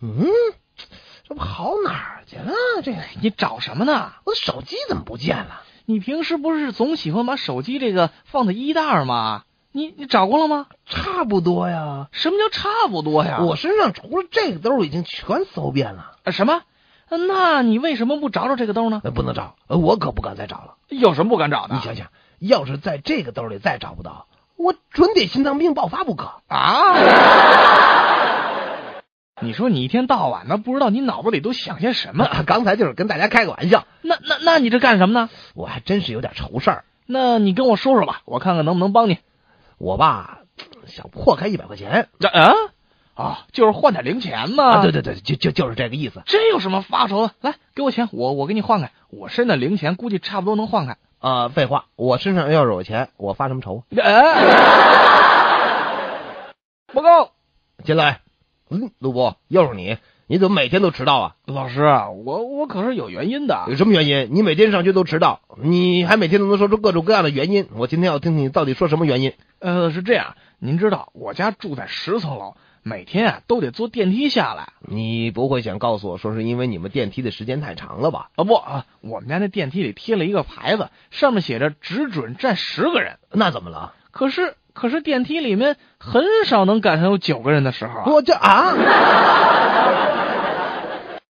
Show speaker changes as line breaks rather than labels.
嗯，这不好哪儿去了？这个
你找什么呢？
我的手机怎么不见了？
你平时不是总喜欢把手机这个放在衣袋儿吗？你你找过了吗？
差不多呀，
什么叫差不多呀？
我身上除了这个兜已经全搜遍了，
呃什么？呃那你为什么不找找这个兜呢？
那不能找，呃我可不敢再找了。
有什么不敢找的
你？想想，要是在这个兜里再找不到，我准得心脏病爆发不可。
啊！ 你说你一天到晚的不知道你脑子里都想些什么？
那刚才就是跟大家开个玩笑，
那那那你这干什么呢？
我还真是有点愁事儿。
那你跟我说说吧，我看看能不能帮你。
我吧想破开一百块钱
这啊啊，就是换点零钱嘛。
啊，对对对，就就就是这个意思。
这有什么发愁的？来，给我钱，我我给你换开。我身的零钱估计差不多能换开。
啊，废话，我身上要是有钱，我发什么愁？啊
哎， 报告
进来，嗯，陆波，又是你，你怎么每天都迟到啊？
老师啊，我我可是有原因的
有。什么原因？你每天上学都迟到，你还每天都能说出各种各样的原因。我今天要听听你到底说什么原因。
呃，是这样，您知道我家住在十层楼，每天啊都得坐电梯下来。
你不会想告诉我说是因为你们电梯的时间太长了吧？
啊不啊，我们家那电梯里贴了一个牌子，上面写着只准站十个人。
那怎么了？
可是可是电梯里面很少能赶上有九个人的时候啊。
我这啊，